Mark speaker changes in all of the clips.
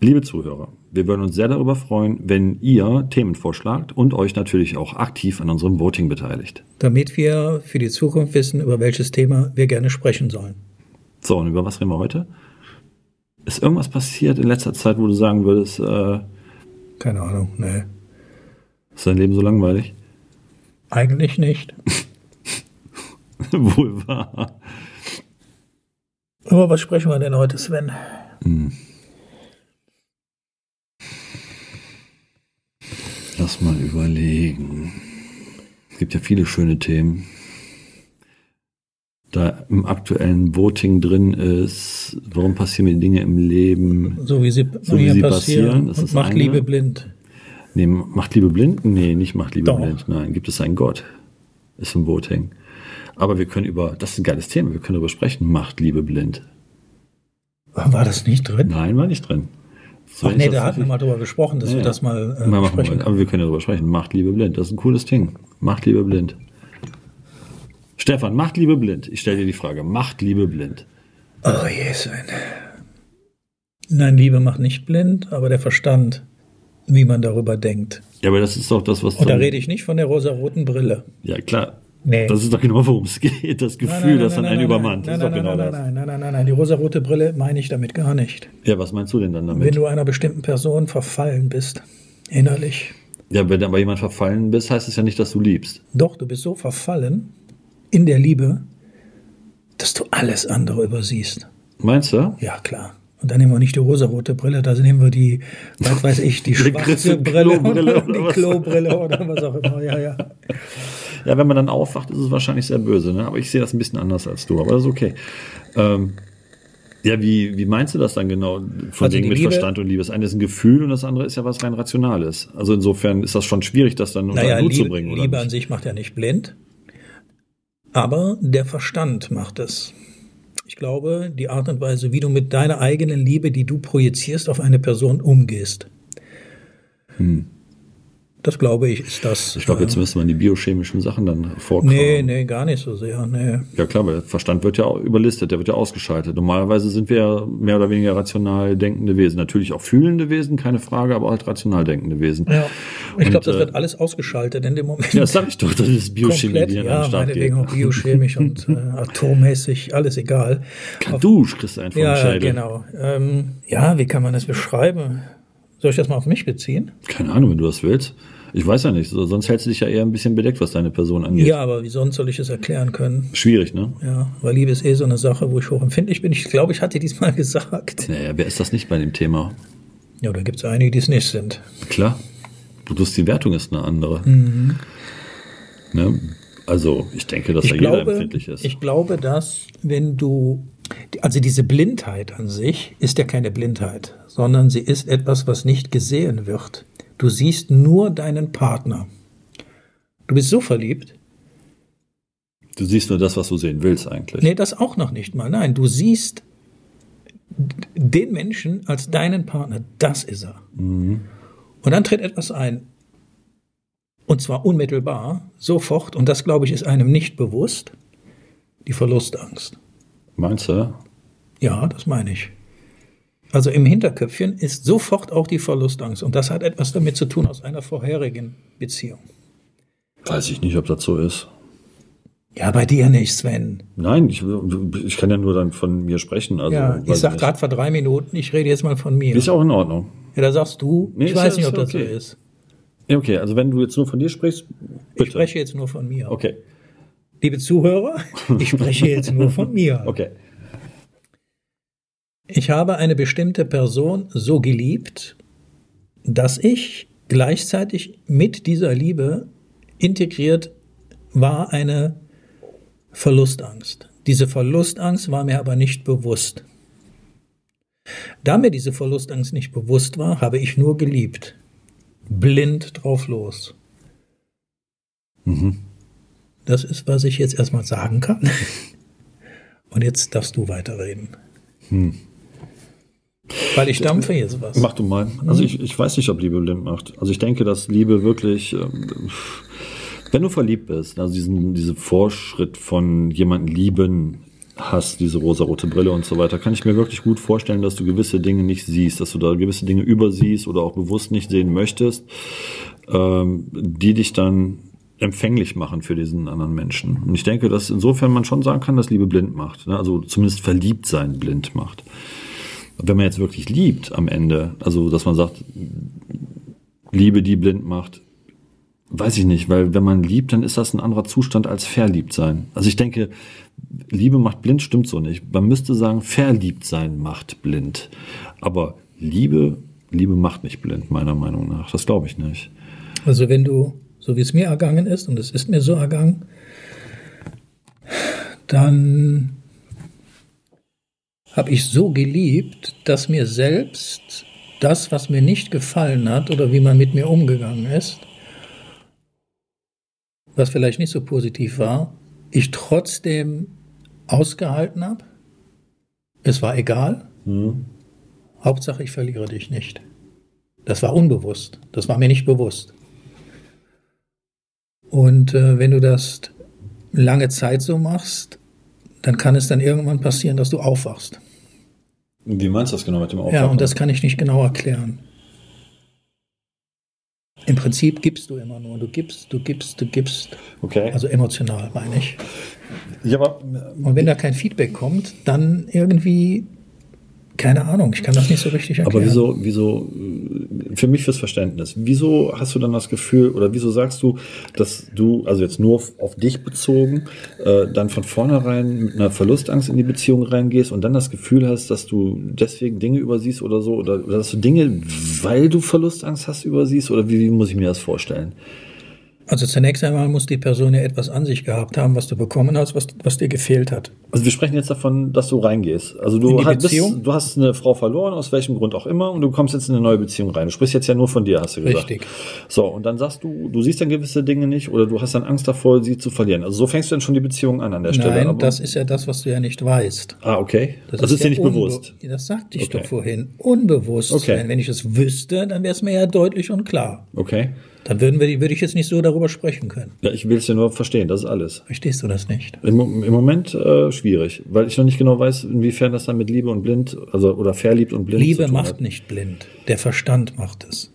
Speaker 1: Liebe Zuhörer, wir würden uns sehr darüber freuen, wenn ihr Themen vorschlagt und euch natürlich auch aktiv an unserem Voting beteiligt.
Speaker 2: damit wir für die Zukunft wissen, über welches Thema wir gerne sprechen sollen.
Speaker 1: So, und über was reden wir heute? Ist irgendwas passiert in letzter Zeit, wo du sagen würdest, äh,
Speaker 2: Keine Ahnung, ne.
Speaker 1: ist dein Leben so langweilig?
Speaker 2: Eigentlich nicht.
Speaker 1: Wohl wahr.
Speaker 2: Aber was sprechen wir denn heute, Sven?
Speaker 1: Lass mal überlegen. Es gibt ja viele schöne Themen. Da im aktuellen Voting drin ist, warum passieren mir Dinge im Leben?
Speaker 2: So wie sie,
Speaker 1: So wie
Speaker 2: mir
Speaker 1: sie passieren,
Speaker 2: passieren,
Speaker 1: das ist
Speaker 2: und macht
Speaker 1: eine-
Speaker 2: Liebe blind.
Speaker 1: Nee, macht Liebe blind? Nee, nicht macht Liebe
Speaker 2: Doch.
Speaker 1: blind. Nein, gibt es einen Gott? Ist im Voting. Aber wir können über, das ist ein geiles Thema, wir können darüber sprechen. Macht Liebe blind?
Speaker 2: War das nicht drin?
Speaker 1: Nein, war nicht drin. So
Speaker 2: Ach
Speaker 1: ist
Speaker 2: nee,
Speaker 1: das
Speaker 2: da hatten wir
Speaker 1: natürlich-
Speaker 2: mal drüber gesprochen, dass
Speaker 1: Ja,
Speaker 2: wir
Speaker 1: ja.
Speaker 2: das mal äh,
Speaker 1: Mal machen
Speaker 2: besprechen.
Speaker 1: wollen. Aber wir können darüber sprechen. Macht Liebe blind. Das ist ein cooles Ding. Macht Liebe blind. Stefan, macht Liebe blind. Ich stelle dir die Frage. Macht Liebe blind.
Speaker 2: Oh je, Sven. Nein, Liebe macht nicht blind, aber der Verstand, wie man darüber denkt.
Speaker 1: Ja, aber das ist doch das, was.
Speaker 2: Und Oh, da
Speaker 1: dann-
Speaker 2: rede ich nicht von der rosaroten Brille.
Speaker 1: Ja, klar.
Speaker 2: Nee.
Speaker 1: Das ist doch genau, worum es geht. Das Gefühl, das dann einen übermannt.
Speaker 2: Nein,
Speaker 1: das ist
Speaker 2: nein,
Speaker 1: doch genau
Speaker 2: nein, nein,
Speaker 1: das.
Speaker 2: nein, nein, nein, nein, nein. Die rosarote Brille meine ich damit gar nicht.
Speaker 1: Ja, was meinst du denn dann damit?
Speaker 2: Wenn du einer bestimmten Person verfallen bist, innerlich.
Speaker 1: ja, wenn du aber jemand verfallen bist, heißt es ja nicht, dass du liebst.
Speaker 2: Doch, du bist so verfallen in der Liebe, dass du alles andere übersiehst.
Speaker 1: Meinst du?
Speaker 2: Ja, klar. Und dann nehmen wir nicht die rosarote Brille, da nehmen wir die, was weiß ich, die
Speaker 1: Griffel-
Speaker 2: schwarze Brille,
Speaker 1: Klobrille
Speaker 2: oder
Speaker 1: oder
Speaker 2: die
Speaker 1: was?
Speaker 2: Klobrille oder was auch immer. Ja, ja.
Speaker 1: Ja, wenn man dann aufwacht, ist es wahrscheinlich sehr böse. Ne? Aber ich sehe das ein bisschen anders als du. Aber das ist okay. Ähm, ja, wie, wie meinst du das dann genau? Von
Speaker 2: Also
Speaker 1: wegen
Speaker 2: die
Speaker 1: mit
Speaker 2: Liebe-
Speaker 1: Verstand und Liebe. Das eine ist ein Gefühl und das andere ist ja was rein Rationales. Also insofern ist das schon schwierig, das dann unter
Speaker 2: Naja,
Speaker 1: einen Hut zu
Speaker 2: Liebe,
Speaker 1: bringen. Oder
Speaker 2: Liebe an
Speaker 1: nicht?
Speaker 2: sich macht ja nicht blind, aber der Verstand macht es. Ich glaube, die Art und Weise, wie du mit deiner eigenen Liebe, die du projizierst, auf eine Person umgehst. Das glaube ich, ist das.
Speaker 1: Hm.
Speaker 2: äh,
Speaker 1: Ich glaube, jetzt müsste man die biochemischen Sachen dann vorkommen.
Speaker 2: Nee, nee, gar nicht so sehr. Nee.
Speaker 1: Ja klar, weil der Verstand wird ja auch überlistet, der wird ja ausgeschaltet. Normalerweise sind wir ja mehr oder weniger rational denkende Wesen. Natürlich auch fühlende Wesen, keine Frage, aber halt rational denkende Wesen.
Speaker 2: Ja. Ich
Speaker 1: Und,
Speaker 2: glaube, das
Speaker 1: äh,
Speaker 2: wird alles ausgeschaltet in dem Moment.
Speaker 1: Ja, das sag ich doch, das ist Biochemie,
Speaker 2: Komplett,
Speaker 1: die an
Speaker 2: ja,
Speaker 1: den Start geht.
Speaker 2: meinetwegen auch biochemisch und äh, atommäßig, alles egal.
Speaker 1: Kadusch kriegst du einen vom
Speaker 2: Ja,
Speaker 1: Scheitel.
Speaker 2: genau. Ähm, ja, wie kann man das beschreiben? Soll ich das mal auf mich beziehen?
Speaker 1: Keine Ahnung, wenn du das willst. Ich weiß ja nicht, so- sonst hältst du dich ja eher ein bisschen bedeckt, was deine Person angeht.
Speaker 2: Ja, aber wie sonst soll ich es erklären können?
Speaker 1: Schwierig, ne?
Speaker 2: Ja, weil Liebe ist eh so eine Sache, wo ich hochempfindlich bin. Ich glaube, ich hatte diesmal gesagt.
Speaker 1: Naja, wer ist das nicht bei dem Thema?
Speaker 2: Ja, da gibt es einige, die es nicht sind.
Speaker 1: Klar. Bloß die Wertung ist eine andere. Ne? Also, ich denke, dass da
Speaker 2: Mhm. Ich
Speaker 1: jeder
Speaker 2: glaube,
Speaker 1: empfindlich ist.
Speaker 2: ich glaube, dass wenn du, also diese Blindheit an sich ist ja keine Blindheit, sondern sie ist etwas, was nicht gesehen wird. Du siehst nur deinen Partner. Du bist so verliebt,
Speaker 1: Du siehst nur das, was du sehen willst eigentlich.
Speaker 2: Nee, das auch noch nicht mal. Nein, du siehst den Menschen als deinen Partner. Das ist er.
Speaker 1: Mhm.
Speaker 2: Und dann tritt etwas ein. Und zwar unmittelbar, sofort. Und das, glaube ich, ist einem nicht bewusst. Die Verlustangst.
Speaker 1: Meinst du?
Speaker 2: Ja, das meine ich. Also im Hinterköpfchen ist sofort auch die Verlustangst. Und das hat etwas damit zu tun aus einer vorherigen Beziehung.
Speaker 1: Weiß ich nicht, ob das so ist.
Speaker 2: Ja, bei dir nicht, Sven.
Speaker 1: Nein, ich, ich kann ja nur dann von mir sprechen. Also,
Speaker 2: Ja, ich
Speaker 1: weiß
Speaker 2: sag
Speaker 1: nicht.
Speaker 2: gerade vor drei Minuten, ich rede jetzt mal von mir.
Speaker 1: Ist auch in Ordnung.
Speaker 2: Ja, da sagst du,
Speaker 1: Nee,
Speaker 2: ich
Speaker 1: ist ja-
Speaker 2: weiß nicht,
Speaker 1: ist
Speaker 2: ob
Speaker 1: ja
Speaker 2: das so
Speaker 1: okay.
Speaker 2: ist.
Speaker 1: Ja, Okay, also wenn du jetzt nur von dir sprichst,
Speaker 2: Ich
Speaker 1: bitte.
Speaker 2: spreche jetzt nur von mir.
Speaker 1: Okay,
Speaker 2: Liebe Zuhörer, ich spreche jetzt nur von mir.
Speaker 1: okay.
Speaker 2: Ich habe eine bestimmte Person so geliebt, dass ich gleichzeitig mit dieser Liebe integriert war eine Verlustangst. Diese Verlustangst war mir aber nicht bewusst. Da mir diese Verlustangst nicht bewusst war, habe ich nur geliebt. Blind drauf los. Das ist, was ich jetzt erstmal sagen kann. Und jetzt darfst du weiterreden. Weil ich dampfe jetzt was.
Speaker 1: Mach du mal. Also ich, ich weiß nicht, ob Liebe blind macht. Also ich denke, dass Liebe wirklich, ähm, wenn du verliebt bist, also diesen, diese Vorschritt von jemanden lieben, hast, diese rosarote Brille und so weiter, kann ich mir wirklich gut vorstellen, dass du gewisse Dinge nicht siehst, dass du da gewisse Dinge übersiehst oder auch bewusst nicht sehen möchtest, ähm, die dich dann empfänglich machen für diesen anderen Menschen. Und ich denke, dass insofern man schon sagen kann, dass Liebe blind macht. Ne? Also zumindest verliebt sein blind macht. Wenn man jetzt wirklich liebt am Ende, also dass man sagt, Liebe, die blind macht, weiß ich nicht, weil wenn man liebt, dann ist das ein anderer Zustand als verliebt sein. Also ich denke, Liebe macht blind stimmt so nicht. Man müsste sagen, verliebt sein macht blind. Aber Liebe, Liebe macht nicht blind, meiner Meinung nach. Das glaube ich nicht.
Speaker 2: Also wenn du so wie es mir ergangen ist, und es ist mir so ergangen, dann habe ich so geliebt, dass mir selbst das, was mir nicht gefallen hat oder wie man mit mir umgegangen ist, was vielleicht nicht so positiv war, ich trotzdem ausgehalten habe. Es war egal.
Speaker 1: Hm.
Speaker 2: Mhm. Hauptsache, ich verliere dich nicht. Das war unbewusst. Das war mir nicht bewusst. Und äh, wenn du das lange Zeit so machst, dann kann es dann irgendwann passieren, dass du aufwachst.
Speaker 1: Wie meinst du das genau mit dem Aufwachen?
Speaker 2: Ja, und das kann ich nicht genau erklären. Im Prinzip gibst du immer nur. Du gibst, du gibst, du gibst.
Speaker 1: Okay.
Speaker 2: Also emotional, meine ich.
Speaker 1: Ja, aber,
Speaker 2: Und wenn da kein Feedback kommt, dann irgendwie, keine Ahnung, ich kann das nicht so richtig erklären.
Speaker 1: aber wieso, wieso, äh, für mich fürs Verständnis, wieso hast du dann das Gefühl oder wieso sagst du, dass du, also jetzt nur auf, auf dich bezogen, äh, dann von vornherein mit einer Verlustangst in die Beziehung reingehst und dann das Gefühl hast, dass du deswegen Dinge übersiehst oder so oder, oder dass du Dinge, weil du Verlustangst hast, übersiehst oder wie, wie muss ich mir das vorstellen?
Speaker 2: Also zunächst einmal muss die Person ja etwas an sich gehabt haben, was du bekommen hast, was, was dir gefehlt hat.
Speaker 1: Also wir sprechen jetzt davon, dass du reingehst. Also
Speaker 2: In
Speaker 1: du
Speaker 2: die
Speaker 1: hast, bist,
Speaker 2: Beziehung?
Speaker 1: du hast eine Frau verloren, aus welchem Grund auch immer, und du kommst jetzt in eine neue Beziehung rein. Du sprichst jetzt ja nur von dir, hast du gesagt.
Speaker 2: Richtig.
Speaker 1: So, und dann sagst du, du siehst dann gewisse Dinge nicht oder du hast dann Angst davor, sie zu verlieren. Also so fängst du dann schon die Beziehung an an der Stelle.
Speaker 2: Nein,
Speaker 1: aber-
Speaker 2: das ist ja das, was du ja nicht weißt.
Speaker 1: ah, okay. Das, ist dir
Speaker 2: ja
Speaker 1: nicht
Speaker 2: unbe-
Speaker 1: bewusst.
Speaker 2: Das sagte ich
Speaker 1: Okay.
Speaker 2: doch vorhin. Unbewusst.
Speaker 1: Okay.
Speaker 2: Wenn, wenn ich es wüsste, dann wäre es mir ja deutlich und klar.
Speaker 1: Okay.
Speaker 2: Dann würden wir, würde ich jetzt nicht so darüber sprechen können.
Speaker 1: Ja, ich will es ja nur verstehen, das ist alles.
Speaker 2: Verstehst du das nicht?
Speaker 1: Im, Mo- im Moment äh, schwierig, weil ich noch nicht genau weiß, inwiefern das dann mit Liebe und blind, also oder verliebt und blind zu
Speaker 2: Liebe
Speaker 1: tun
Speaker 2: macht
Speaker 1: hat.
Speaker 2: nicht blind. Der Verstand macht es.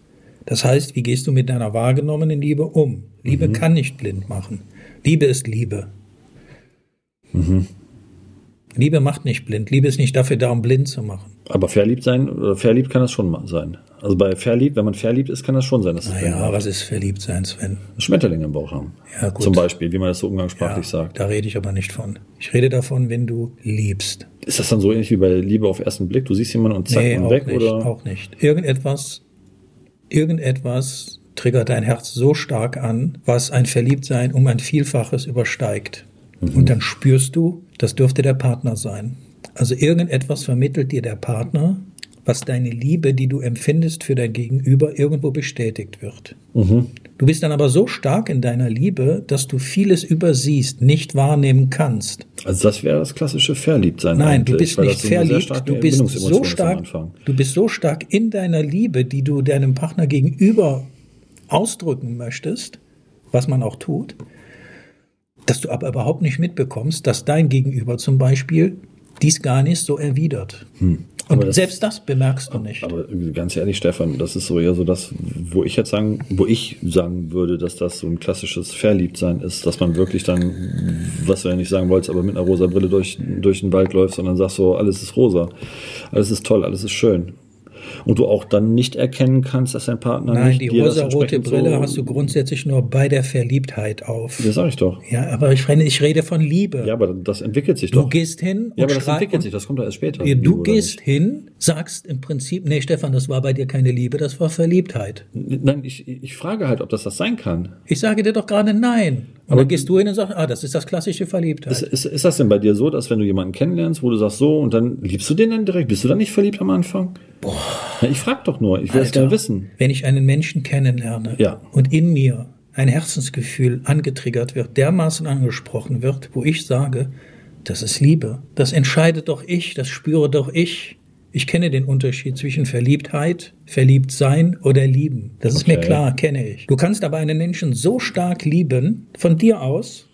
Speaker 2: Das heißt, wie gehst du mit deiner wahrgenommenen Liebe um? Liebe
Speaker 1: Mhm.
Speaker 2: kann nicht blind machen. Liebe ist Liebe.
Speaker 1: Mhm.
Speaker 2: Liebe macht nicht blind. Liebe ist nicht dafür da, um blind zu machen.
Speaker 1: Aber verliebt sein oder verliebt kann das schon mal sein. Also bei verliebt, wenn man verliebt ist, kann das schon sein, dass es
Speaker 2: Naja, was ist verliebt sein, Sven?
Speaker 1: Schmetterlinge im Bauch haben.
Speaker 2: Ja, gut.
Speaker 1: Zum Beispiel, wie man das so umgangssprachlich
Speaker 2: Ja,
Speaker 1: sagt.
Speaker 2: da rede ich aber nicht von. Ich rede davon, wenn du liebst.
Speaker 1: Ist das dann so ähnlich wie bei Liebe auf ersten Blick? Du siehst jemanden und zack
Speaker 2: Nee,
Speaker 1: und
Speaker 2: auch
Speaker 1: weg
Speaker 2: nicht,
Speaker 1: oder?
Speaker 2: auch nicht. Irgendetwas, irgendetwas triggert dein Herz so stark an, was ein Verliebtsein um ein Vielfaches übersteigt.
Speaker 1: Mhm.
Speaker 2: Und dann spürst du, das dürfte der Partner sein. Also irgendetwas vermittelt dir der Partner, was deine Liebe, die du empfindest für dein Gegenüber, irgendwo bestätigt wird.
Speaker 1: Mhm.
Speaker 2: Du bist dann aber so stark in deiner Liebe, dass du vieles übersiehst, nicht wahrnehmen kannst.
Speaker 1: Also das wäre das klassische Verliebtsein.
Speaker 2: Nein,
Speaker 1: eigentlich,
Speaker 2: du bist
Speaker 1: weil
Speaker 2: nicht
Speaker 1: das so eine sehr
Speaker 2: verliebt,
Speaker 1: starke
Speaker 2: du bist
Speaker 1: Bindungsemotion
Speaker 2: so
Speaker 1: ist am
Speaker 2: stark,
Speaker 1: Anfang.
Speaker 2: du bist so stark in deiner Liebe, die du deinem Partner gegenüber ausdrücken möchtest, was man auch tut, dass du aber überhaupt nicht mitbekommst, dass dein Gegenüber zum Beispiel dies gar nicht so erwidert. Und
Speaker 1: Hm. das-
Speaker 2: selbst das bemerkst du nicht.
Speaker 1: Aber ganz ehrlich, Stefan, das ist so ja so das, wo ich jetzt sagen, wo ich sagen würde, dass das so ein klassisches Verliebtsein ist, dass man wirklich dann, was du ja nicht sagen wolltest, aber mit einer rosa Brille durch, durch den Wald läufst und dann sagst so, alles ist rosa, alles ist toll, alles ist schön. Und du auch dann nicht erkennen kannst, dass dein Partner
Speaker 2: Nein,
Speaker 1: nicht
Speaker 2: die
Speaker 1: dir das
Speaker 2: rosarote
Speaker 1: entsprechend
Speaker 2: Brille
Speaker 1: so,
Speaker 2: hast du grundsätzlich nur bei der Verliebtheit auf.
Speaker 1: Das sag ich doch.
Speaker 2: Ja, aber ich, meine, ich rede von Liebe.
Speaker 1: Ja, aber das entwickelt sich
Speaker 2: du
Speaker 1: doch.
Speaker 2: gehst hin
Speaker 1: ja, aber das
Speaker 2: schrei-
Speaker 1: entwickelt sich, das kommt doch erst später.
Speaker 2: Ja,
Speaker 1: Liebe,
Speaker 2: du
Speaker 1: oder
Speaker 2: gehst hin, sagst im Prinzip, nee, Stefan, das war bei dir keine Liebe, das war Verliebtheit.
Speaker 1: nicht. Nein, ich, ich frage halt, ob das das sein kann.
Speaker 2: Ich sage dir doch gerade nein. Und dann gehst du hin und sagst, ah, das ist das klassische Verliebtheit.
Speaker 1: Ist, ist, ist das denn bei dir so, dass wenn du jemanden kennenlernst, wo du sagst so und dann liebst du den dann direkt? Bist du dann nicht verliebt am Anfang? Na, ich frag doch nur, ich will es
Speaker 2: Alter,
Speaker 1: gerne wissen.
Speaker 2: Wenn ich einen Menschen kennenlerne
Speaker 1: Ja.
Speaker 2: und in mir ein Herzensgefühl angetriggert wird, dermaßen angesprochen wird, wo ich sage, das ist Liebe. Das entscheide doch ich, das spüre doch ich. Ich kenne den Unterschied zwischen Verliebtheit, verliebt sein oder lieben. Das ist mir
Speaker 1: Okay.
Speaker 2: klar, kenne ich. Du kannst aber einen Menschen so stark lieben, von dir aus,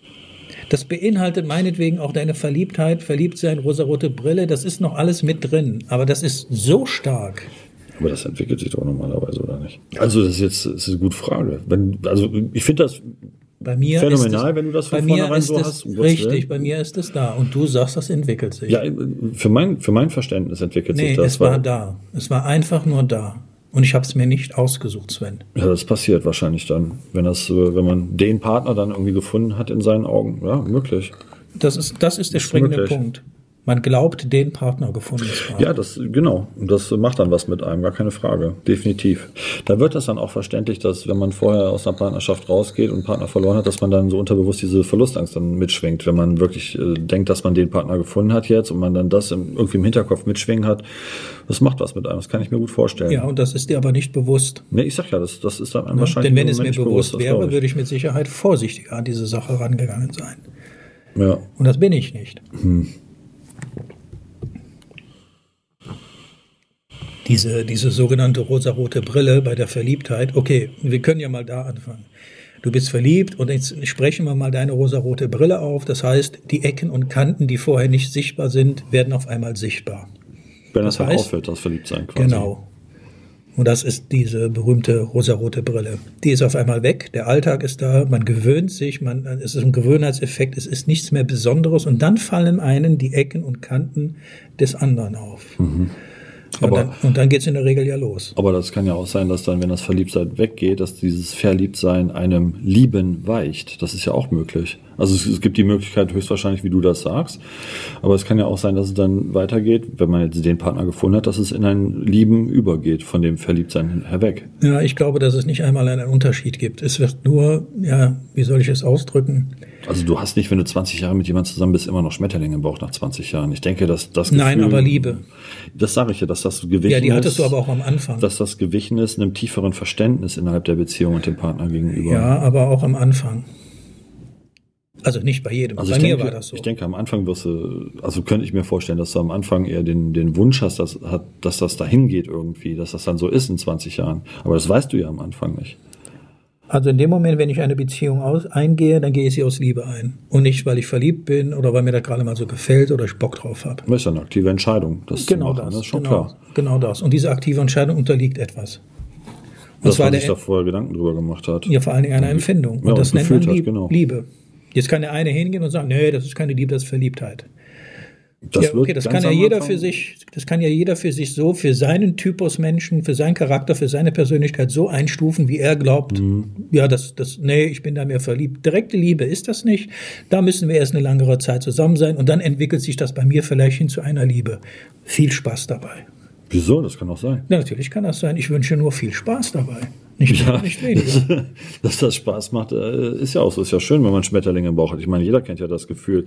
Speaker 2: Das beinhaltet meinetwegen auch deine Verliebtheit, Verliebtsein, rosarote Brille, das ist noch alles mit drin. Aber das ist so stark.
Speaker 1: Aber das entwickelt sich doch normalerweise, oder nicht? Also, das ist jetzt das ist eine gute Frage. Wenn, also, ich finde das
Speaker 2: Bei mir ist
Speaker 1: phänomenal,
Speaker 2: es,
Speaker 1: wenn du das von
Speaker 2: bei mir
Speaker 1: vornherein
Speaker 2: ist
Speaker 1: so
Speaker 2: es,
Speaker 1: hast. um Gottes
Speaker 2: Richtig,
Speaker 1: Willen.
Speaker 2: bei mir ist es da. Und du sagst, das entwickelt sich.
Speaker 1: Ja, für mein, für mein Verständnis entwickelt
Speaker 2: nee,
Speaker 1: sich das.
Speaker 2: es war
Speaker 1: weil-
Speaker 2: da. Es war einfach nur da. Und ich habe es mir nicht ausgesucht, Sven.
Speaker 1: Ja, das passiert wahrscheinlich dann, wenn das, äh, wenn man den Partner dann irgendwie gefunden hat in seinen Augen. Ja, möglich.
Speaker 2: Das ist, das ist der springende
Speaker 1: möglich.
Speaker 2: Punkt. Man glaubt, den Partner gefunden zu haben.
Speaker 1: Ja, das, genau. Und das macht dann was mit einem, gar keine Frage. Definitiv. Da wird das dann auch verständlich, dass wenn man vorher aus einer Partnerschaft rausgeht und einen Partner verloren hat, dass man dann so unterbewusst diese Verlustangst dann mitschwingt, wenn man wirklich äh, denkt, dass man den Partner gefunden hat jetzt und man dann das im, irgendwie im Hinterkopf mitschwingen hat. Das macht was mit einem, das kann ich mir gut vorstellen.
Speaker 2: Ja, und das ist dir aber nicht bewusst. ne?
Speaker 1: Nee, ich sag ja, das, das ist dann einem wahrscheinlich
Speaker 2: Denn
Speaker 1: im
Speaker 2: wenn es mir
Speaker 1: Moment nicht
Speaker 2: bewusst
Speaker 1: das
Speaker 2: wäre,
Speaker 1: glaub
Speaker 2: würde ich mit Sicherheit vorsichtiger an diese Sache rangegangen sein.
Speaker 1: ich. Ja.
Speaker 2: Und das bin ich nicht. Diese, diese sogenannte rosarote Brille bei der Verliebtheit. Okay, wir können ja mal da anfangen. Du bist verliebt und jetzt sprechen wir mal deine rosarote Brille auf. Das heißt, die Ecken und Kanten, die vorher nicht sichtbar sind, werden auf einmal sichtbar.
Speaker 1: Wenn das,
Speaker 2: Das
Speaker 1: dann
Speaker 2: heißt-
Speaker 1: auffällt, das verliebt sein quasi.
Speaker 2: Genau. Und das ist diese berühmte rosarote Brille. Die ist auf einmal weg, der Alltag ist da, man gewöhnt sich, man, es ist ein Gewöhnheitseffekt, es ist nichts mehr Besonderes und dann fallen einen die Ecken und Kanten des anderen auf. und
Speaker 1: Mhm. Aber-
Speaker 2: dann, und dann geht es in der Regel ja los.
Speaker 1: Aber das kann ja auch sein, dass dann, wenn das Verliebtsein weggeht, dass dieses Verliebtsein einem Lieben weicht. Das ist ja auch möglich. Also es, es gibt die Möglichkeit höchstwahrscheinlich, wie du das sagst. Aber es kann ja auch sein, dass es dann weitergeht, wenn man jetzt den Partner gefunden hat, dass es in ein Lieben übergeht, von dem Verliebtsein herweg.
Speaker 2: Ja, ich glaube, dass es nicht einmal einen Unterschied gibt. Es wird nur, ja, wie soll ich es ausdrücken?
Speaker 1: Also du hast nicht, wenn du 20 Jahre mit jemandem zusammen bist, immer noch Schmetterlinge im Bauch nach 20 Jahren. Ich denke, dass das Gefühl,
Speaker 2: Nein, aber Liebe.
Speaker 1: Das sage ich ja, dass das Gewicht
Speaker 2: Ja, die hattest du aber auch am Anfang.
Speaker 1: dass das Gewichen ist, einem tieferen Verständnis innerhalb der Beziehung und dem Partner gegenüber.
Speaker 2: Ja, aber auch am Anfang. Also nicht bei jedem.
Speaker 1: Also
Speaker 2: bei
Speaker 1: ich
Speaker 2: mir
Speaker 1: denke,
Speaker 2: war das so.
Speaker 1: Ich denke, am Anfang wirst du, also könnte ich mir vorstellen, dass du am Anfang eher den, den Wunsch hast dass, hat, dass das dahin geht irgendwie, dass das dann so ist in 20 Jahren. Aber das weißt du ja am Anfang nicht.
Speaker 2: Also in dem Moment, wenn ich eine Beziehung aus, eingehe, dann gehe ich sie aus Liebe ein. Und nicht, weil ich verliebt bin oder weil mir das gerade mal so gefällt oder ich Bock drauf habe.
Speaker 1: Das ist ja eine aktive Entscheidung, das zu
Speaker 2: Genau
Speaker 1: machen.
Speaker 2: das.
Speaker 1: Das ist schon
Speaker 2: genau,
Speaker 1: klar.
Speaker 2: genau das. Und diese aktive Entscheidung unterliegt etwas. Und
Speaker 1: Dass
Speaker 2: zwar
Speaker 1: man
Speaker 2: der,
Speaker 1: sich da vorher Gedanken drüber gemacht hat.
Speaker 2: ja vor allen Dingen einer Empfindung. Und
Speaker 1: Ja, und
Speaker 2: das nennt man
Speaker 1: gefühlt hat,
Speaker 2: Lieb
Speaker 1: genau.
Speaker 2: Liebe. Jetzt kann der eine hingehen und sagen, nee, das ist keine Liebe, das ist Verliebtheit.
Speaker 1: Das
Speaker 2: ja, okay, das
Speaker 1: ganz
Speaker 2: kann ja
Speaker 1: am
Speaker 2: jeder
Speaker 1: Anfang-
Speaker 2: für sich, das kann ja jeder für sich so, für seinen Typus Menschen, für seinen Charakter, für seine Persönlichkeit so einstufen, wie er glaubt, ja, das, das, nee, ich bin da mehr verliebt. Direkte Liebe ist das nicht. Da müssen wir erst eine langere Zeit zusammen sein und dann entwickelt sich das bei mir vielleicht hin zu einer Liebe. Viel Spaß dabei.
Speaker 1: Wieso? Das kann auch sein.
Speaker 2: Na, natürlich kann das sein. Ich wünsche nur viel Spaß dabei. Nicht, mehr, nicht weniger.
Speaker 1: dass das Spaß macht, äh, ist ja auch so. Ist ja schön, wenn man Schmetterlinge im Bauch hat. Ich meine, jeder kennt ja das Gefühl,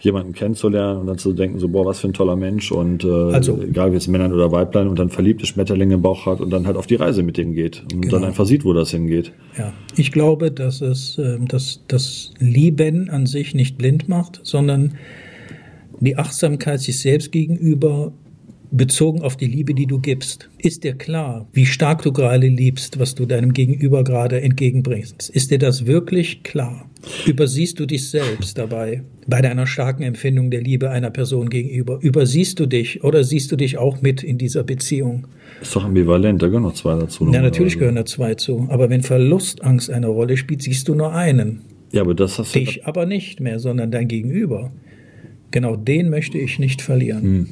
Speaker 1: jemanden kennenzulernen und dann zu denken, so, boah, was für ein toller Mensch und äh,
Speaker 2: Also-
Speaker 1: egal wie es Männern oder Weiblein und dann verliebte Schmetterlinge im Bauch hat und dann halt auf die Reise mit dem geht
Speaker 2: Genau.
Speaker 1: und dann einfach sieht, wo das hingeht.
Speaker 2: Ja, ich glaube, dass es ähm, dass das Lieben an sich nicht blind macht, sondern die Achtsamkeit sich selbst gegenüber bezogen auf die Liebe, die du gibst. Ist dir klar, wie stark du gerade liebst, was du deinem Gegenüber gerade entgegenbringst? Ist dir das wirklich klar? Übersiehst du dich selbst dabei bei deiner starken Empfindung der Liebe einer Person gegenüber? Übersiehst du dich oder siehst du dich auch mit in dieser Beziehung?
Speaker 1: Ist doch ambivalent, da gehören noch zwei dazu.
Speaker 2: Ja, natürlich
Speaker 1: normalerweise.
Speaker 2: gehören da zwei zu. Aber wenn Verlustangst eine Rolle spielt, siehst du nur einen.
Speaker 1: Ja, aber das hast du.
Speaker 2: Dich aber nicht mehr, sondern dein Gegenüber. Genau den möchte ich nicht verlieren.
Speaker 1: Hm.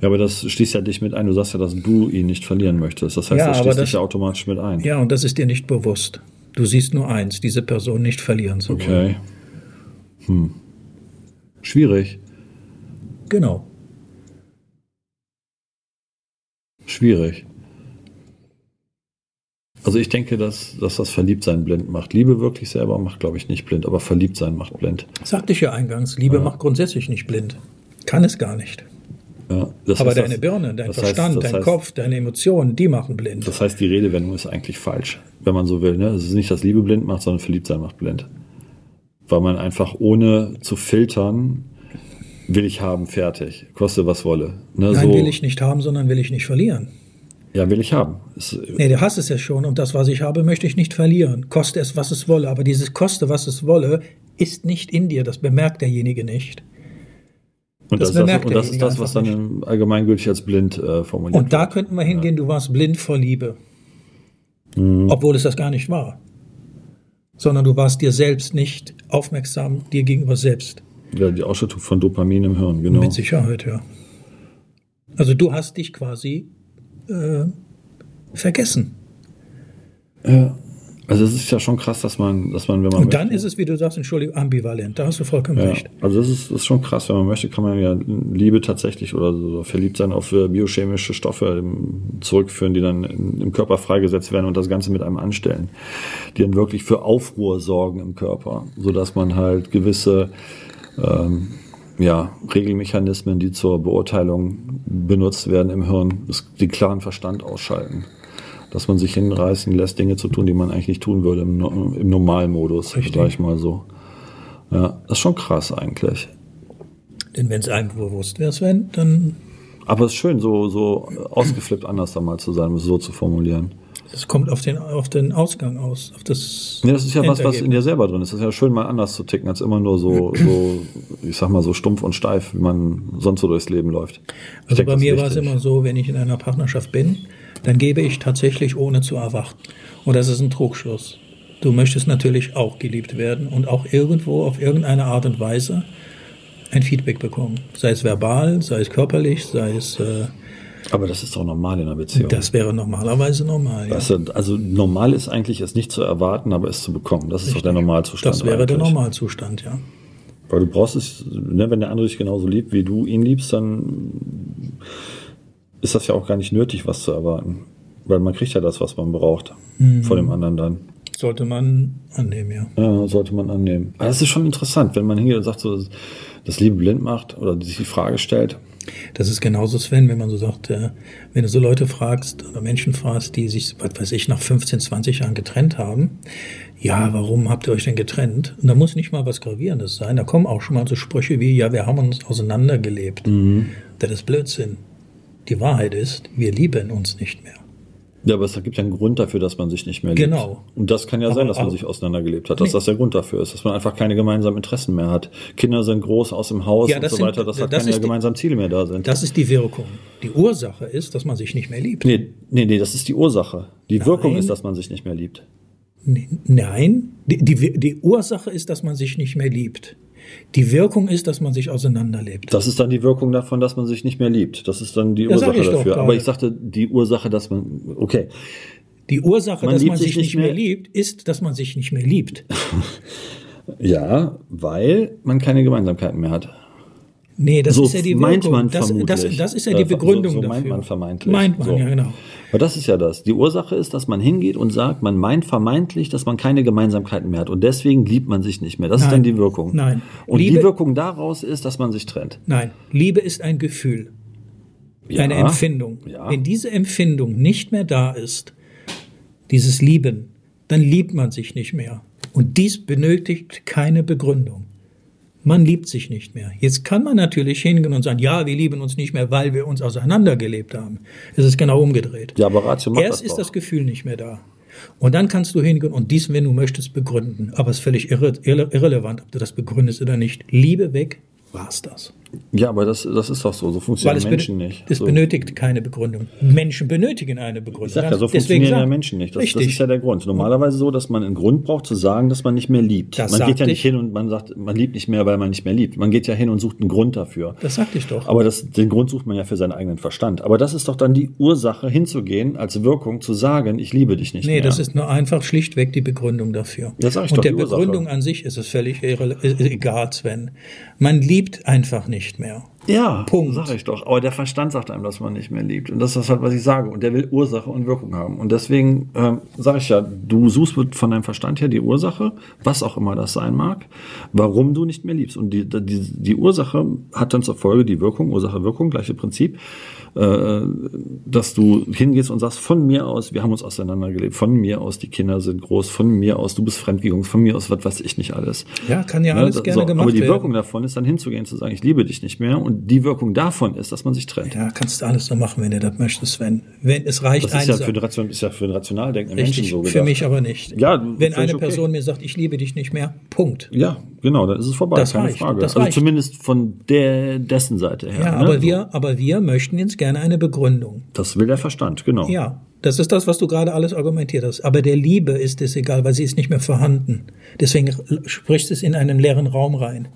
Speaker 1: Ja, aber das schließt ja dich mit ein. Du sagst ja, dass du ihn nicht verlieren möchtest. Das heißt,
Speaker 2: Ja,
Speaker 1: das
Speaker 2: aber
Speaker 1: schließt
Speaker 2: das-
Speaker 1: dich ja automatisch mit ein.
Speaker 2: Ja, und das ist dir nicht bewusst. Du siehst nur eins, diese Person nicht verlieren zu wollen.
Speaker 1: Okay. Hm. Schwierig.
Speaker 2: Genau.
Speaker 1: Schwierig. Also ich denke, dass, dass das Verliebtsein blind macht. Liebe wirklich selber macht, glaube ich, nicht blind, aber Verliebtsein macht blind.
Speaker 2: Sagte ich ja eingangs, Liebe macht grundsätzlich nicht blind. Kann es gar nicht.
Speaker 1: Ja, das
Speaker 2: Aber
Speaker 1: heißt,
Speaker 2: deine
Speaker 1: das-
Speaker 2: Birne, dein
Speaker 1: das heißt-
Speaker 2: Verstand,
Speaker 1: das
Speaker 2: dein
Speaker 1: heißt-
Speaker 2: Kopf, deine Emotionen, die machen blind.
Speaker 1: Das heißt, die Redewendung ist eigentlich falsch, wenn man so will. Ne? Es ist nicht, dass Liebe blind macht, sondern Verliebtsein macht blind. Weil man einfach ohne zu filtern, will ich haben, fertig. Koste was wolle. Ne?
Speaker 2: Nein,
Speaker 1: so,
Speaker 2: will ich nicht haben, sondern will ich nicht verlieren.
Speaker 1: Ja, will ich haben. Ist,
Speaker 2: Nee, du hast es ja schon und das, was ich habe, möchte ich nicht verlieren. Koste es, was es wolle. Aber dieses Koste, was es wolle, ist nicht in dir, das bemerkt derjenige nicht.
Speaker 1: Und das,
Speaker 2: Das
Speaker 1: ist das,
Speaker 2: bemerkt
Speaker 1: und das, ist
Speaker 2: derjenige
Speaker 1: das was dann
Speaker 2: einfach
Speaker 1: im allgemeingültig als blind äh, formuliert
Speaker 2: Und da könnten wir hingehen, du warst blind vor Liebe. Obwohl es das gar nicht war. Sondern du warst dir selbst nicht aufmerksam, dir gegenüber selbst.
Speaker 1: wird. Ja, die Ausschüttung von Dopamin im Hirn, genau.
Speaker 2: Mit Sicherheit, ja. Also du hast dich quasi äh, vergessen.
Speaker 1: Also es ist ja schon krass, dass man, dass man, wenn man
Speaker 2: Und dann ist es, wie du sagst, Entschuldigung, ambivalent. Da hast du vollkommen recht.
Speaker 1: Ja, also das ist, das ist schon krass. Wenn man möchte, kann man ja Liebe tatsächlich oder so verliebt sein auf äh, biochemische Stoffe ähm, zurückführen, die dann in- im Körper freigesetzt werden und das Ganze mit einem anstellen, die dann wirklich für Aufruhr sorgen im Körper, sodass man halt gewisse ähm, ja, Regelmechanismen, die zur Beurteilung benutzt werden im Hirn, das, den klaren Verstand ausschalten. Dass man sich hinreißen lässt, Dinge zu tun, die man eigentlich nicht tun würde im, No- im Normalmodus,
Speaker 2: Richtig.
Speaker 1: sag ich mal so. Ja, das ist schon krass eigentlich.
Speaker 2: Denn wenn es einem bewusst wäre, Sven, dann
Speaker 1: Aber es ist schön, so, so ausgeflippt anders da mal zu sein, um es so zu formulieren.
Speaker 2: es kommt auf den, auf den Ausgang aus, auf das.
Speaker 1: Ja, das ist ja was, was in
Speaker 2: Endergebnis.
Speaker 1: dir selber drin ist. Es ist ja schön, mal anders zu ticken, als immer nur so, so, ich sag mal, so stumpf und steif, wie man sonst so durchs Leben läuft. Ich
Speaker 2: Also
Speaker 1: denk,
Speaker 2: bei
Speaker 1: das ist
Speaker 2: mir war es
Speaker 1: wichtig.
Speaker 2: immer so, wenn ich in einer Partnerschaft bin, dann gebe ich tatsächlich ohne zu erwarten. Und das ist ein Trugschluss. Du möchtest natürlich auch geliebt werden und auch irgendwo auf irgendeine Art und Weise ein Feedback bekommen. Sei es verbal, sei es körperlich, sei es. Äh,
Speaker 1: Aber das ist doch normal in einer Beziehung.
Speaker 2: das wäre normalerweise normal. Ja.
Speaker 1: weißt du, also normal ist eigentlich, es nicht zu erwarten, aber es zu bekommen. Das ist doch der Normalzustand.
Speaker 2: Das wäre der
Speaker 1: eigentlich.
Speaker 2: Normalzustand, ja.
Speaker 1: Weil du brauchst es, ne, wenn der andere dich genauso liebt, wie du ihn liebst, dann ist das ja auch gar nicht nötig, was zu erwarten. Weil man kriegt ja das, was man braucht,
Speaker 2: Mhm.
Speaker 1: von dem anderen dann.
Speaker 2: Sollte man annehmen, ja.
Speaker 1: Ja, sollte man annehmen. Aber das ist schon interessant, wenn man hingeht und sagt, so, das Liebe blind macht oder sich die Frage stellt.
Speaker 2: Das ist genauso, Sven, wenn man so sagt, äh, wenn du so Leute fragst oder Menschen fragst, die sich, was weiß ich, nach 15, 20 Jahren getrennt haben. Ja, warum habt ihr euch denn getrennt? Und da muss nicht mal was Gravierendes sein. Da kommen auch schon mal so Sprüche wie, ja, wir haben uns auseinandergelebt. Das ist Blödsinn. Die Wahrheit ist, wir lieben uns nicht mehr.
Speaker 1: Ja, aber es gibt ja einen Grund dafür, dass man sich nicht mehr liebt.
Speaker 2: Genau.
Speaker 1: Und das kann ja sein, dass man
Speaker 2: aber-
Speaker 1: sich auseinandergelebt hat, dass
Speaker 2: Nee.
Speaker 1: das der Grund dafür ist, dass man einfach keine gemeinsamen Interessen mehr hat. Kinder sind groß aus dem Haus
Speaker 2: Ja,
Speaker 1: und
Speaker 2: das
Speaker 1: so
Speaker 2: sind-
Speaker 1: weiter, dass halt
Speaker 2: das
Speaker 1: keine
Speaker 2: ist die-
Speaker 1: gemeinsamen Ziele mehr da sind.
Speaker 2: Das ist die Wirkung. Die Ursache ist, dass man sich nicht mehr liebt.
Speaker 1: Nee, nee, nee, das ist die Ursache. Die Wirkung
Speaker 2: Nein.
Speaker 1: ist, dass man sich nicht mehr liebt.
Speaker 2: N- Nein, die, die, die Ursache ist, dass man sich nicht mehr liebt. Die Wirkung ist, dass man sich auseinanderlebt.
Speaker 1: Das ist dann die Wirkung davon, dass man sich nicht mehr liebt. Das ist dann die
Speaker 2: Ja, sag
Speaker 1: Ursache
Speaker 2: ich doch
Speaker 1: dafür.
Speaker 2: gerade.
Speaker 1: Aber ich sagte, die Ursache, dass man. Okay.
Speaker 2: Die Ursache,
Speaker 1: Man
Speaker 2: dass
Speaker 1: liebt
Speaker 2: man sich nicht mehr, liebt, ist, dass man sich nicht mehr liebt.
Speaker 1: Ja, weil man keine Gemeinsamkeiten mehr hat.
Speaker 2: Nee, das
Speaker 1: So
Speaker 2: ist ja die
Speaker 1: meint
Speaker 2: Wirkung.
Speaker 1: man
Speaker 2: das, das,
Speaker 1: vermutlich.
Speaker 2: das ist ja
Speaker 1: Äh,
Speaker 2: die
Speaker 1: so-
Speaker 2: Begründung
Speaker 1: so
Speaker 2: dafür.
Speaker 1: meint man vermeintlich.
Speaker 2: Meint man,
Speaker 1: So.
Speaker 2: ja genau.
Speaker 1: Aber das ist ja das. Die Ursache ist, dass man hingeht und sagt, man meint vermeintlich, dass man keine Gemeinsamkeiten mehr hat. Und deswegen liebt man sich nicht mehr. Das ist
Speaker 2: Nein.
Speaker 1: dann die Wirkung.
Speaker 2: Nein.
Speaker 1: Und die
Speaker 2: Liebe-
Speaker 1: Wirkung daraus ist, dass man sich trennt.
Speaker 2: Nein, Liebe ist ein Gefühl,
Speaker 1: Ja.
Speaker 2: eine Empfindung.
Speaker 1: Ja.
Speaker 2: Wenn diese Empfindung nicht mehr da ist, dieses Lieben, dann liebt man sich nicht mehr. Und dies benötigt keine Begründung. Man liebt sich nicht mehr. Jetzt kann man natürlich hingehen und sagen, ja, wir lieben uns nicht mehr, weil wir uns auseinandergelebt haben. Es ist genau umgedreht.
Speaker 1: Ja, aber Ratio macht
Speaker 2: Erst
Speaker 1: das
Speaker 2: ist
Speaker 1: doch.
Speaker 2: das Gefühl nicht mehr da. Und dann kannst du hingehen und dies, wenn du möchtest, begründen. Aber es ist völlig irre, irre, irrelevant, ob du das begründest oder nicht. Liebe weg, war's das.
Speaker 1: ja, aber das, das ist doch so. So
Speaker 2: Weil
Speaker 1: funktionieren
Speaker 2: es,
Speaker 1: Menschen
Speaker 2: benö-
Speaker 1: nicht.
Speaker 2: es
Speaker 1: so.
Speaker 2: benötigt keine Begründung. Menschen benötigen eine Begründung.
Speaker 1: Ich sag ja, so
Speaker 2: Deswegen
Speaker 1: funktionieren ja
Speaker 2: sag-
Speaker 1: Menschen nicht. Das, das
Speaker 2: richtig.
Speaker 1: ist ja der Grund. Normalerweise so, dass man einen Grund braucht zu sagen, dass man nicht mehr liebt.
Speaker 2: Das
Speaker 1: man geht ja
Speaker 2: sagte
Speaker 1: nicht
Speaker 2: ich.
Speaker 1: hin und man sagt, man liebt nicht mehr, weil man nicht mehr liebt. Man geht ja hin und sucht einen Grund dafür.
Speaker 2: das sagte ich doch.
Speaker 1: Aber das, den Grund sucht man ja für seinen eigenen Verstand. Aber das ist doch dann die Ursache, hinzugehen, als Wirkung zu sagen, ich liebe dich nicht
Speaker 2: nee,
Speaker 1: mehr.
Speaker 2: das ist nur einfach schlichtweg die Begründung dafür.
Speaker 1: Das sag ich
Speaker 2: und
Speaker 1: doch,
Speaker 2: der
Speaker 1: die Ursache.
Speaker 2: Begründung an sich ist es völlig irre, ist egal, Sven. Man liebt einfach nicht mehr.
Speaker 1: ja,
Speaker 2: Punkt.
Speaker 1: sag ich doch. Aber der Verstand sagt einem, dass man nicht mehr liebt. Und das ist halt, was ich sage. Und der will Ursache und Wirkung haben. Und deswegen ähm, sage ich ja, du suchst mit- von deinem Verstand her die Ursache, was auch immer das sein mag, warum du nicht mehr liebst. Und die, die, die Ursache hat dann zur Folge die Wirkung, Ursache, Wirkung, gleiche Prinzip. Äh, dass du hingehst und sagst, von mir aus, wir haben uns auseinandergelebt, von mir aus, die Kinder sind groß, von mir aus, du bist fremdgegangen, von mir aus, was weiß ich nicht alles.
Speaker 2: Ja, kann ja alles
Speaker 1: das-
Speaker 2: gerne gemacht
Speaker 1: Aber die
Speaker 2: werden.
Speaker 1: Wirkung davon ist dann hinzugehen, zu sagen, ich liebe dich nicht mehr und die Wirkung davon ist, dass man sich trennt.
Speaker 2: Ja, kannst du alles so machen, wenn du das möchtest, Sven. Wenn es reicht,
Speaker 1: Das ist ja,
Speaker 2: Satz.
Speaker 1: für den Ration, ist ja für den rational denkenden Menschen
Speaker 2: Richtig,
Speaker 1: so gedacht.
Speaker 2: für mich aber nicht.
Speaker 1: Ja,
Speaker 2: Wenn
Speaker 1: völlig
Speaker 2: eine
Speaker 1: okay.
Speaker 2: Person mir sagt, ich liebe dich nicht mehr, Punkt.
Speaker 1: Ja, genau, dann ist es vorbei,
Speaker 2: Das
Speaker 1: keine
Speaker 2: reicht,
Speaker 1: Frage.
Speaker 2: das
Speaker 1: also
Speaker 2: reicht.
Speaker 1: zumindest von der, dessen Seite her.
Speaker 2: Ja,
Speaker 1: ne?
Speaker 2: aber,
Speaker 1: So.
Speaker 2: wir, aber wir möchten jetzt gerne eine Begründung.
Speaker 1: Das will der Verstand, genau.
Speaker 2: Ja, das ist das, was du gerade alles argumentiert hast. Aber der Liebe ist es egal, weil sie ist nicht mehr vorhanden. Deswegen r- sprichst es in einen leeren Raum rein.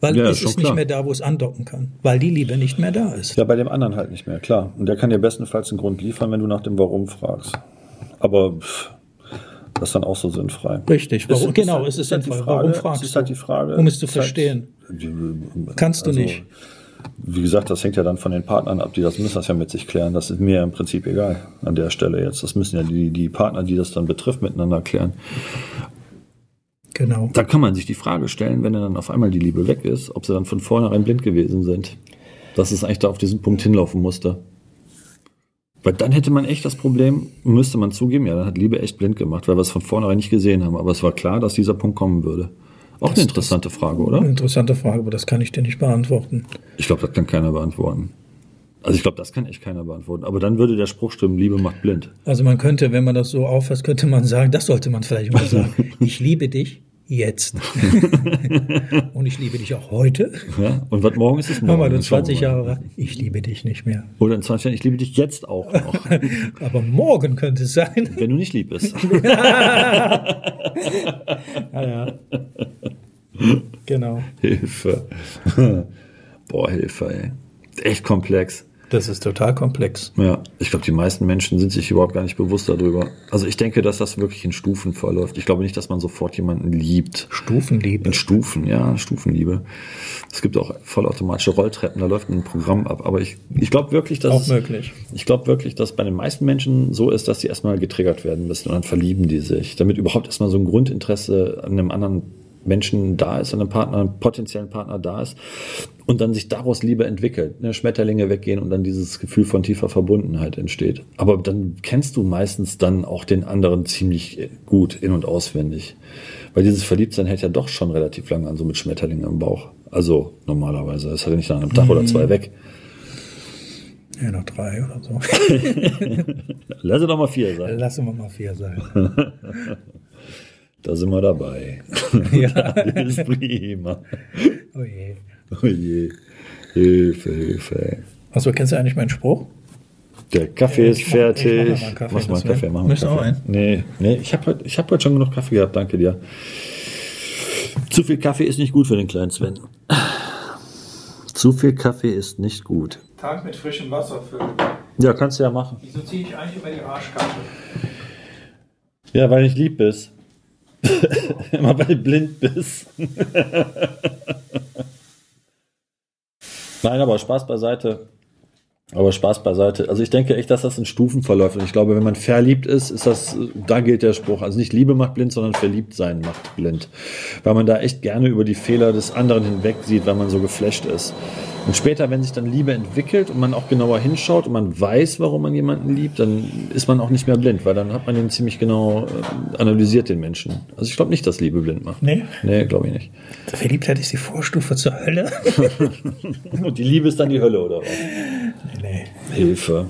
Speaker 2: Weil
Speaker 1: Ja, ist
Speaker 2: es
Speaker 1: schon
Speaker 2: ist
Speaker 1: klar.
Speaker 2: nicht mehr da, wo es andocken kann. Weil die Liebe nicht mehr da ist.
Speaker 1: Ja, bei dem anderen halt nicht mehr, klar. Und der kann dir bestenfalls einen Grund liefern, wenn du nach dem Warum fragst. Aber pff, das ist dann auch so sinnfrei.
Speaker 2: Richtig. Warum,
Speaker 1: Es-
Speaker 2: genau,
Speaker 1: es-
Speaker 2: es ist
Speaker 1: halt die
Speaker 2: sinnvoll.
Speaker 1: Frage-
Speaker 2: Warum
Speaker 1: es
Speaker 2: fragst
Speaker 1: ist halt
Speaker 2: du?
Speaker 1: die Frage, Also-
Speaker 2: Um es zu
Speaker 1: ist halt-
Speaker 2: verstehen. Kannst du nicht.
Speaker 1: Wie gesagt, das hängt ja dann von den Partnern ab, die das müssen das ja mit sich klären. Das ist mir ja im Prinzip egal an der Stelle jetzt. Das müssen ja die, die Partner, die das dann betrifft, miteinander klären.
Speaker 2: Genau.
Speaker 1: Da kann man sich die Frage stellen, wenn dann auf einmal die Liebe weg ist, ob sie dann von vornherein blind gewesen sind. Dass es eigentlich da auf diesen Punkt hinlaufen musste. Weil dann hätte man echt das Problem, müsste man zugeben, ja, dann hat Liebe echt blind gemacht, weil wir es von vornherein nicht gesehen haben. Aber es war klar, dass dieser Punkt kommen würde. Auch eine interessante Frage, oder?
Speaker 2: Eine interessante Frage, aber das kann ich dir nicht beantworten.
Speaker 1: Ich glaube, das kann keiner beantworten. Also ich glaube, das kann echt keiner beantworten. Aber dann würde der Spruch stimmen, Liebe macht blind.
Speaker 2: Also man könnte, wenn man das so auffasst, könnte man sagen, das sollte man vielleicht mal sagen. Ich liebe dich jetzt. Und ich liebe dich auch heute.
Speaker 1: Ja? Und was morgen ist es morgen?
Speaker 2: Nochmal, du
Speaker 1: Dann schauen wir
Speaker 2: 20
Speaker 1: mal.
Speaker 2: Jahre, alt, ich liebe dich nicht mehr.
Speaker 1: Oder in 20 Jahren, ich liebe dich jetzt auch noch,
Speaker 2: Aber morgen könnte es sein.
Speaker 1: wenn du nicht lieb bist.
Speaker 2: Genau.
Speaker 1: Hilfe. Boah, Hilfe, ey. Echt komplex.
Speaker 2: Das ist total komplex.
Speaker 1: Ja, ich glaube, die meisten Menschen sind sich überhaupt gar nicht bewusst darüber. Also ich denke, dass das wirklich in Stufen verläuft. Ich glaube nicht, dass man sofort jemanden liebt.
Speaker 2: Stufenliebe.
Speaker 1: In Stufen, ja, Stufenliebe. Es gibt auch vollautomatische Rolltreppen, da läuft ein Programm ab. Aber ich, ich glaube wirklich, dass
Speaker 2: Auch
Speaker 1: es-
Speaker 2: möglich.
Speaker 1: ich glaube wirklich, dass bei den meisten Menschen so ist, dass sie erstmal getriggert werden müssen und dann verlieben die sich, damit überhaupt erstmal so ein Grundinteresse an einem anderen Menschen da ist, an einem Partner, einem potenziellen Partner da ist und dann sich daraus Liebe entwickelt, ne, Schmetterlinge weggehen und dann dieses Gefühl von tiefer Verbundenheit entsteht. Aber dann kennst du meistens dann auch den anderen ziemlich gut in und auswendig, weil dieses Verliebtsein hält ja doch schon relativ lange an, so mit Schmetterlingen im Bauch. Also normalerweise, das hat ja nicht nach einem Tag oder zwei weg.
Speaker 2: Ja, noch drei oder so.
Speaker 1: Lass es doch mal vier sein.
Speaker 2: Lassen wir mal vier sein.
Speaker 1: Da sind wir dabei.
Speaker 2: Ja.
Speaker 1: Das ist prima.
Speaker 2: Oh je.
Speaker 1: Oh je. Hilfe, Hilfe.
Speaker 2: Achso, kennst du eigentlich meinen Spruch?
Speaker 1: Der Kaffee ist
Speaker 2: Äh, ich mach-
Speaker 1: fertig.
Speaker 2: ich mach mal einen
Speaker 1: Mach mal einen
Speaker 2: Kaffee, das wär-
Speaker 1: Kaffee. Mach mal
Speaker 2: Möchtest du
Speaker 1: Kaffee.
Speaker 2: auch einen?
Speaker 1: Nee, nee ich habe heute, ich hab heute schon genug Kaffee gehabt, danke dir. Zu viel Kaffee ist nicht gut für den kleinen Sven. Zu viel Kaffee ist nicht gut.
Speaker 3: Tank mit frischem Wasser füllen.
Speaker 1: Ja, kannst du ja machen.
Speaker 3: Wieso ziehe ich eigentlich immer die Arschkarte?
Speaker 1: Ja, weil ich lieb bist. Immer weil du blind bist. Nein, aber Spaß beiseite. Aber Spaß beiseite. Also ich denke echt, dass das in Stufen verläuft. Und ich glaube, wenn man verliebt ist, ist das, da gilt der Spruch. Also nicht Liebe macht blind, sondern verliebt sein macht blind. Weil man da echt gerne über die Fehler des anderen hinweg sieht, weil man so geflasht ist. Und später, wenn sich dann Liebe entwickelt und man auch genauer hinschaut und man weiß, warum man jemanden liebt, dann ist man auch nicht mehr blind, weil dann hat man den ziemlich genau äh, analysiert, den Menschen. Also ich glaube nicht, dass Liebe blind macht.
Speaker 2: Nee.
Speaker 1: Nee, glaube ich nicht.
Speaker 2: Verliebtheit ist die Vorstufe zur Hölle.
Speaker 1: Und die Liebe ist dann die Hölle, oder was?
Speaker 2: nee.
Speaker 1: Hilfe.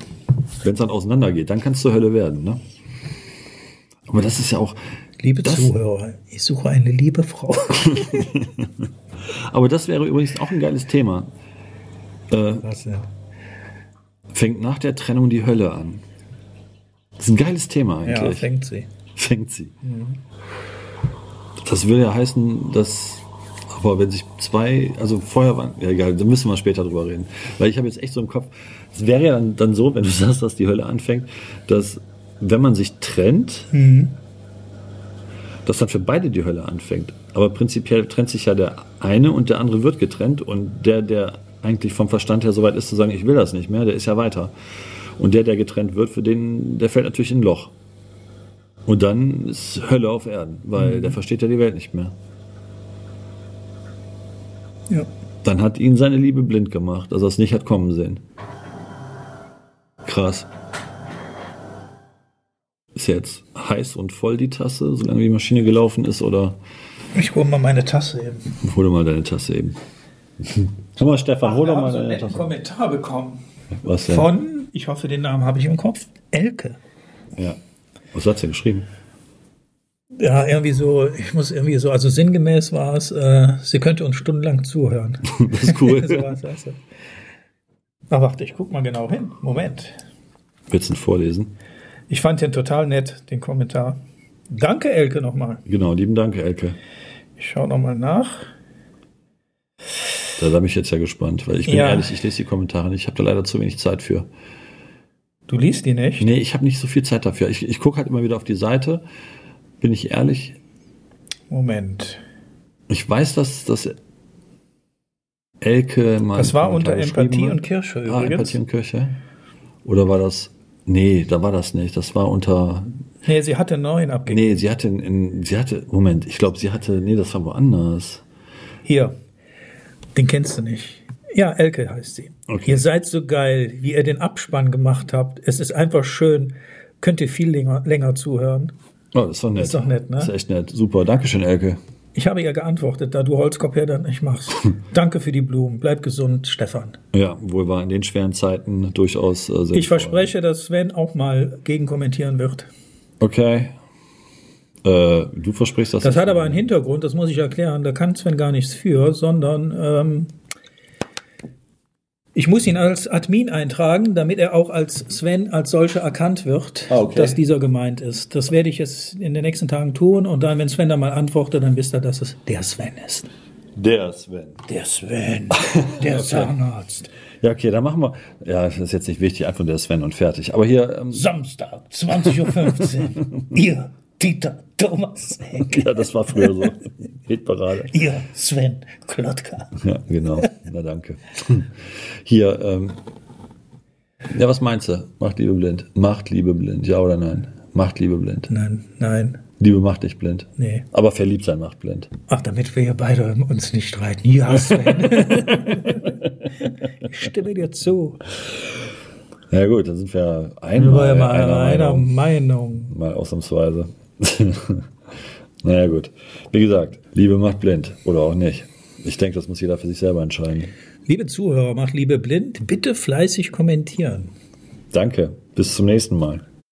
Speaker 1: Wenn es dann auseinandergeht, dann kann es zur Hölle werden, ne? Aber das ist ja auch,
Speaker 2: Liebe
Speaker 1: Das-
Speaker 2: Zuhörer, ich suche eine liebe Frau.
Speaker 1: aber das wäre übrigens auch ein geiles Thema. Äh,
Speaker 2: Was denn?
Speaker 1: Fängt nach der Trennung die Hölle an. Das ist ein geiles Thema
Speaker 2: Ja,
Speaker 1: eigentlich.
Speaker 2: fängt sie.
Speaker 1: fängt sie. Das will ja heißen, dass. Aber wenn sich zwei, also vorher waren, ja egal, da müssen wir später drüber reden. Weil ich habe jetzt echt so im Kopf, es wäre ja dann, dann so, wenn du sagst, dass die Hölle anfängt, dass wenn man sich trennt, dass dann für beide die Hölle anfängt. Aber prinzipiell trennt sich ja der eine und der andere wird getrennt und der, der eigentlich vom Verstand her so weit ist zu sagen, ich will das nicht mehr, der ist ja weiter. Und der, der getrennt wird, für den, der fällt natürlich in ein Loch. Und dann ist Hölle auf Erden, weil der versteht ja die Welt nicht mehr.
Speaker 2: Ja.
Speaker 1: Dann hat ihn seine Liebe blind gemacht, also es nicht hat kommen sehen. Krass. Ist jetzt heiß und voll die Tasse, solange die Maschine gelaufen ist, oder
Speaker 2: Ich hole mal meine Tasse eben.
Speaker 1: hol doch mal deine Tasse eben. Guck mal, Stefan, hol
Speaker 3: Wir
Speaker 1: doch
Speaker 3: haben
Speaker 1: mal
Speaker 3: so einen
Speaker 1: deine
Speaker 3: netten
Speaker 1: Tasse.
Speaker 3: Kommentar bekommen
Speaker 1: Was denn?
Speaker 2: Von, ich hoffe, den Namen habe ich im Kopf, Elke.
Speaker 1: Ja. Was hat sie geschrieben?
Speaker 2: Ja, irgendwie so, ich muss irgendwie so, also sinngemäß war es, äh, sie könnte uns stundenlang zuhören.
Speaker 1: Das ist cool.
Speaker 2: so was, weißt du. Na, warte, ich guck mal genau hin. Moment.
Speaker 1: Willst du ihn vorlesen?
Speaker 2: Ich fand den total nett, den Kommentar. Danke, Elke, nochmal.
Speaker 1: Genau, lieben Dank, Elke.
Speaker 2: Ich schaue nochmal nach.
Speaker 1: Da bin ich jetzt ja gespannt, weil ich bin
Speaker 2: Ja.
Speaker 1: ehrlich, ich lese die Kommentare nicht. Ich habe da leider zu wenig Zeit für.
Speaker 2: Du liest die nicht?
Speaker 1: Nee, ich habe nicht so viel Zeit dafür. Ich, ich gucke halt immer wieder auf die Seite. Bin ich ehrlich?
Speaker 2: Moment.
Speaker 1: Ich weiß, dass, dass Elke mal.
Speaker 2: Das
Speaker 1: einen
Speaker 2: war
Speaker 1: Kommentar
Speaker 2: unter
Speaker 1: geschrieben
Speaker 2: Empathie
Speaker 1: hat.
Speaker 2: und Kirche
Speaker 1: Ah,
Speaker 2: übrigens.
Speaker 1: Empathie und Kirche. Oder war das. Nee, da war das nicht. Das war unter.
Speaker 2: nee, sie hat den neuen abgegeben.
Speaker 1: Nee, sie hatte. In, in, sie hatte. Moment, ich glaube, sie hatte. Nee, das war woanders.
Speaker 2: Hier. Den kennst du nicht. Ja, Elke heißt sie.
Speaker 1: Okay.
Speaker 2: Ihr seid so geil, wie ihr den Abspann gemacht habt. Es ist einfach schön. Könnt ihr viel länger, länger zuhören?
Speaker 1: Oh, das ist doch nett.
Speaker 2: Ist doch nett, ne?
Speaker 1: Das ist echt nett. Super. Dankeschön, Elke.
Speaker 2: Ich habe ihr geantwortet, da du Holzkopf her dann nicht machst. Danke für die Blumen. Bleib gesund, Stefan.
Speaker 1: Ja, wohl war in den schweren Zeiten durchaus äh, sinnvoll.
Speaker 2: Ich verspreche, dass Sven auch mal gegenkommentieren wird.
Speaker 1: Okay. Äh, du versprichst das.
Speaker 2: Das
Speaker 1: nicht.
Speaker 2: hat aber einen Hintergrund, das muss ich erklären. Da kann Sven gar nichts für, sondern ähm, ich muss ihn als Admin eintragen, damit er auch als Sven als solcher erkannt wird,
Speaker 1: Ah, okay.
Speaker 2: dass dieser gemeint ist. Das werde ich jetzt in den nächsten Tagen tun und dann, wenn Sven da mal antwortet, dann wisst ihr, dass es der Sven ist.
Speaker 1: Der Sven.
Speaker 2: Der Sven, der Zahnarzt.
Speaker 1: Ja, okay, dann machen wir. Ja, das ist jetzt nicht wichtig, einfach der Sven und fertig. Aber hier, ähm,
Speaker 2: Samstag, 20.15 Uhr. Ihr, Dieter Thomas Heck.
Speaker 1: ja, das war früher so. Hitparade.
Speaker 2: Ihr, Sven Klotka.
Speaker 1: Ja, genau. Na danke. Hier, ähm, ja, was meinst du? Macht Liebe blind. Macht Liebe blind, ja oder nein? Macht Liebe blind.
Speaker 2: Nein, nein,
Speaker 1: Liebe macht dich blind.
Speaker 2: nee.
Speaker 1: Aber verliebt sein macht blind.
Speaker 2: Ach, damit wir hier beide uns nicht streiten. Ja, Sven. ich stimme dir zu.
Speaker 1: Ja gut, dann sind wir
Speaker 2: Wir
Speaker 1: einmal
Speaker 2: waren mal
Speaker 1: einer
Speaker 2: einer,
Speaker 1: Meinung.
Speaker 2: Meinung.
Speaker 1: Mal ausnahmsweise. naja, gut. Wie gesagt, Liebe macht blind oder auch nicht. Ich denke, das muss jeder für sich selber entscheiden.
Speaker 2: Liebe Zuhörer, macht Liebe blind. Bitte fleißig kommentieren.
Speaker 1: Danke. Bis zum nächsten Mal.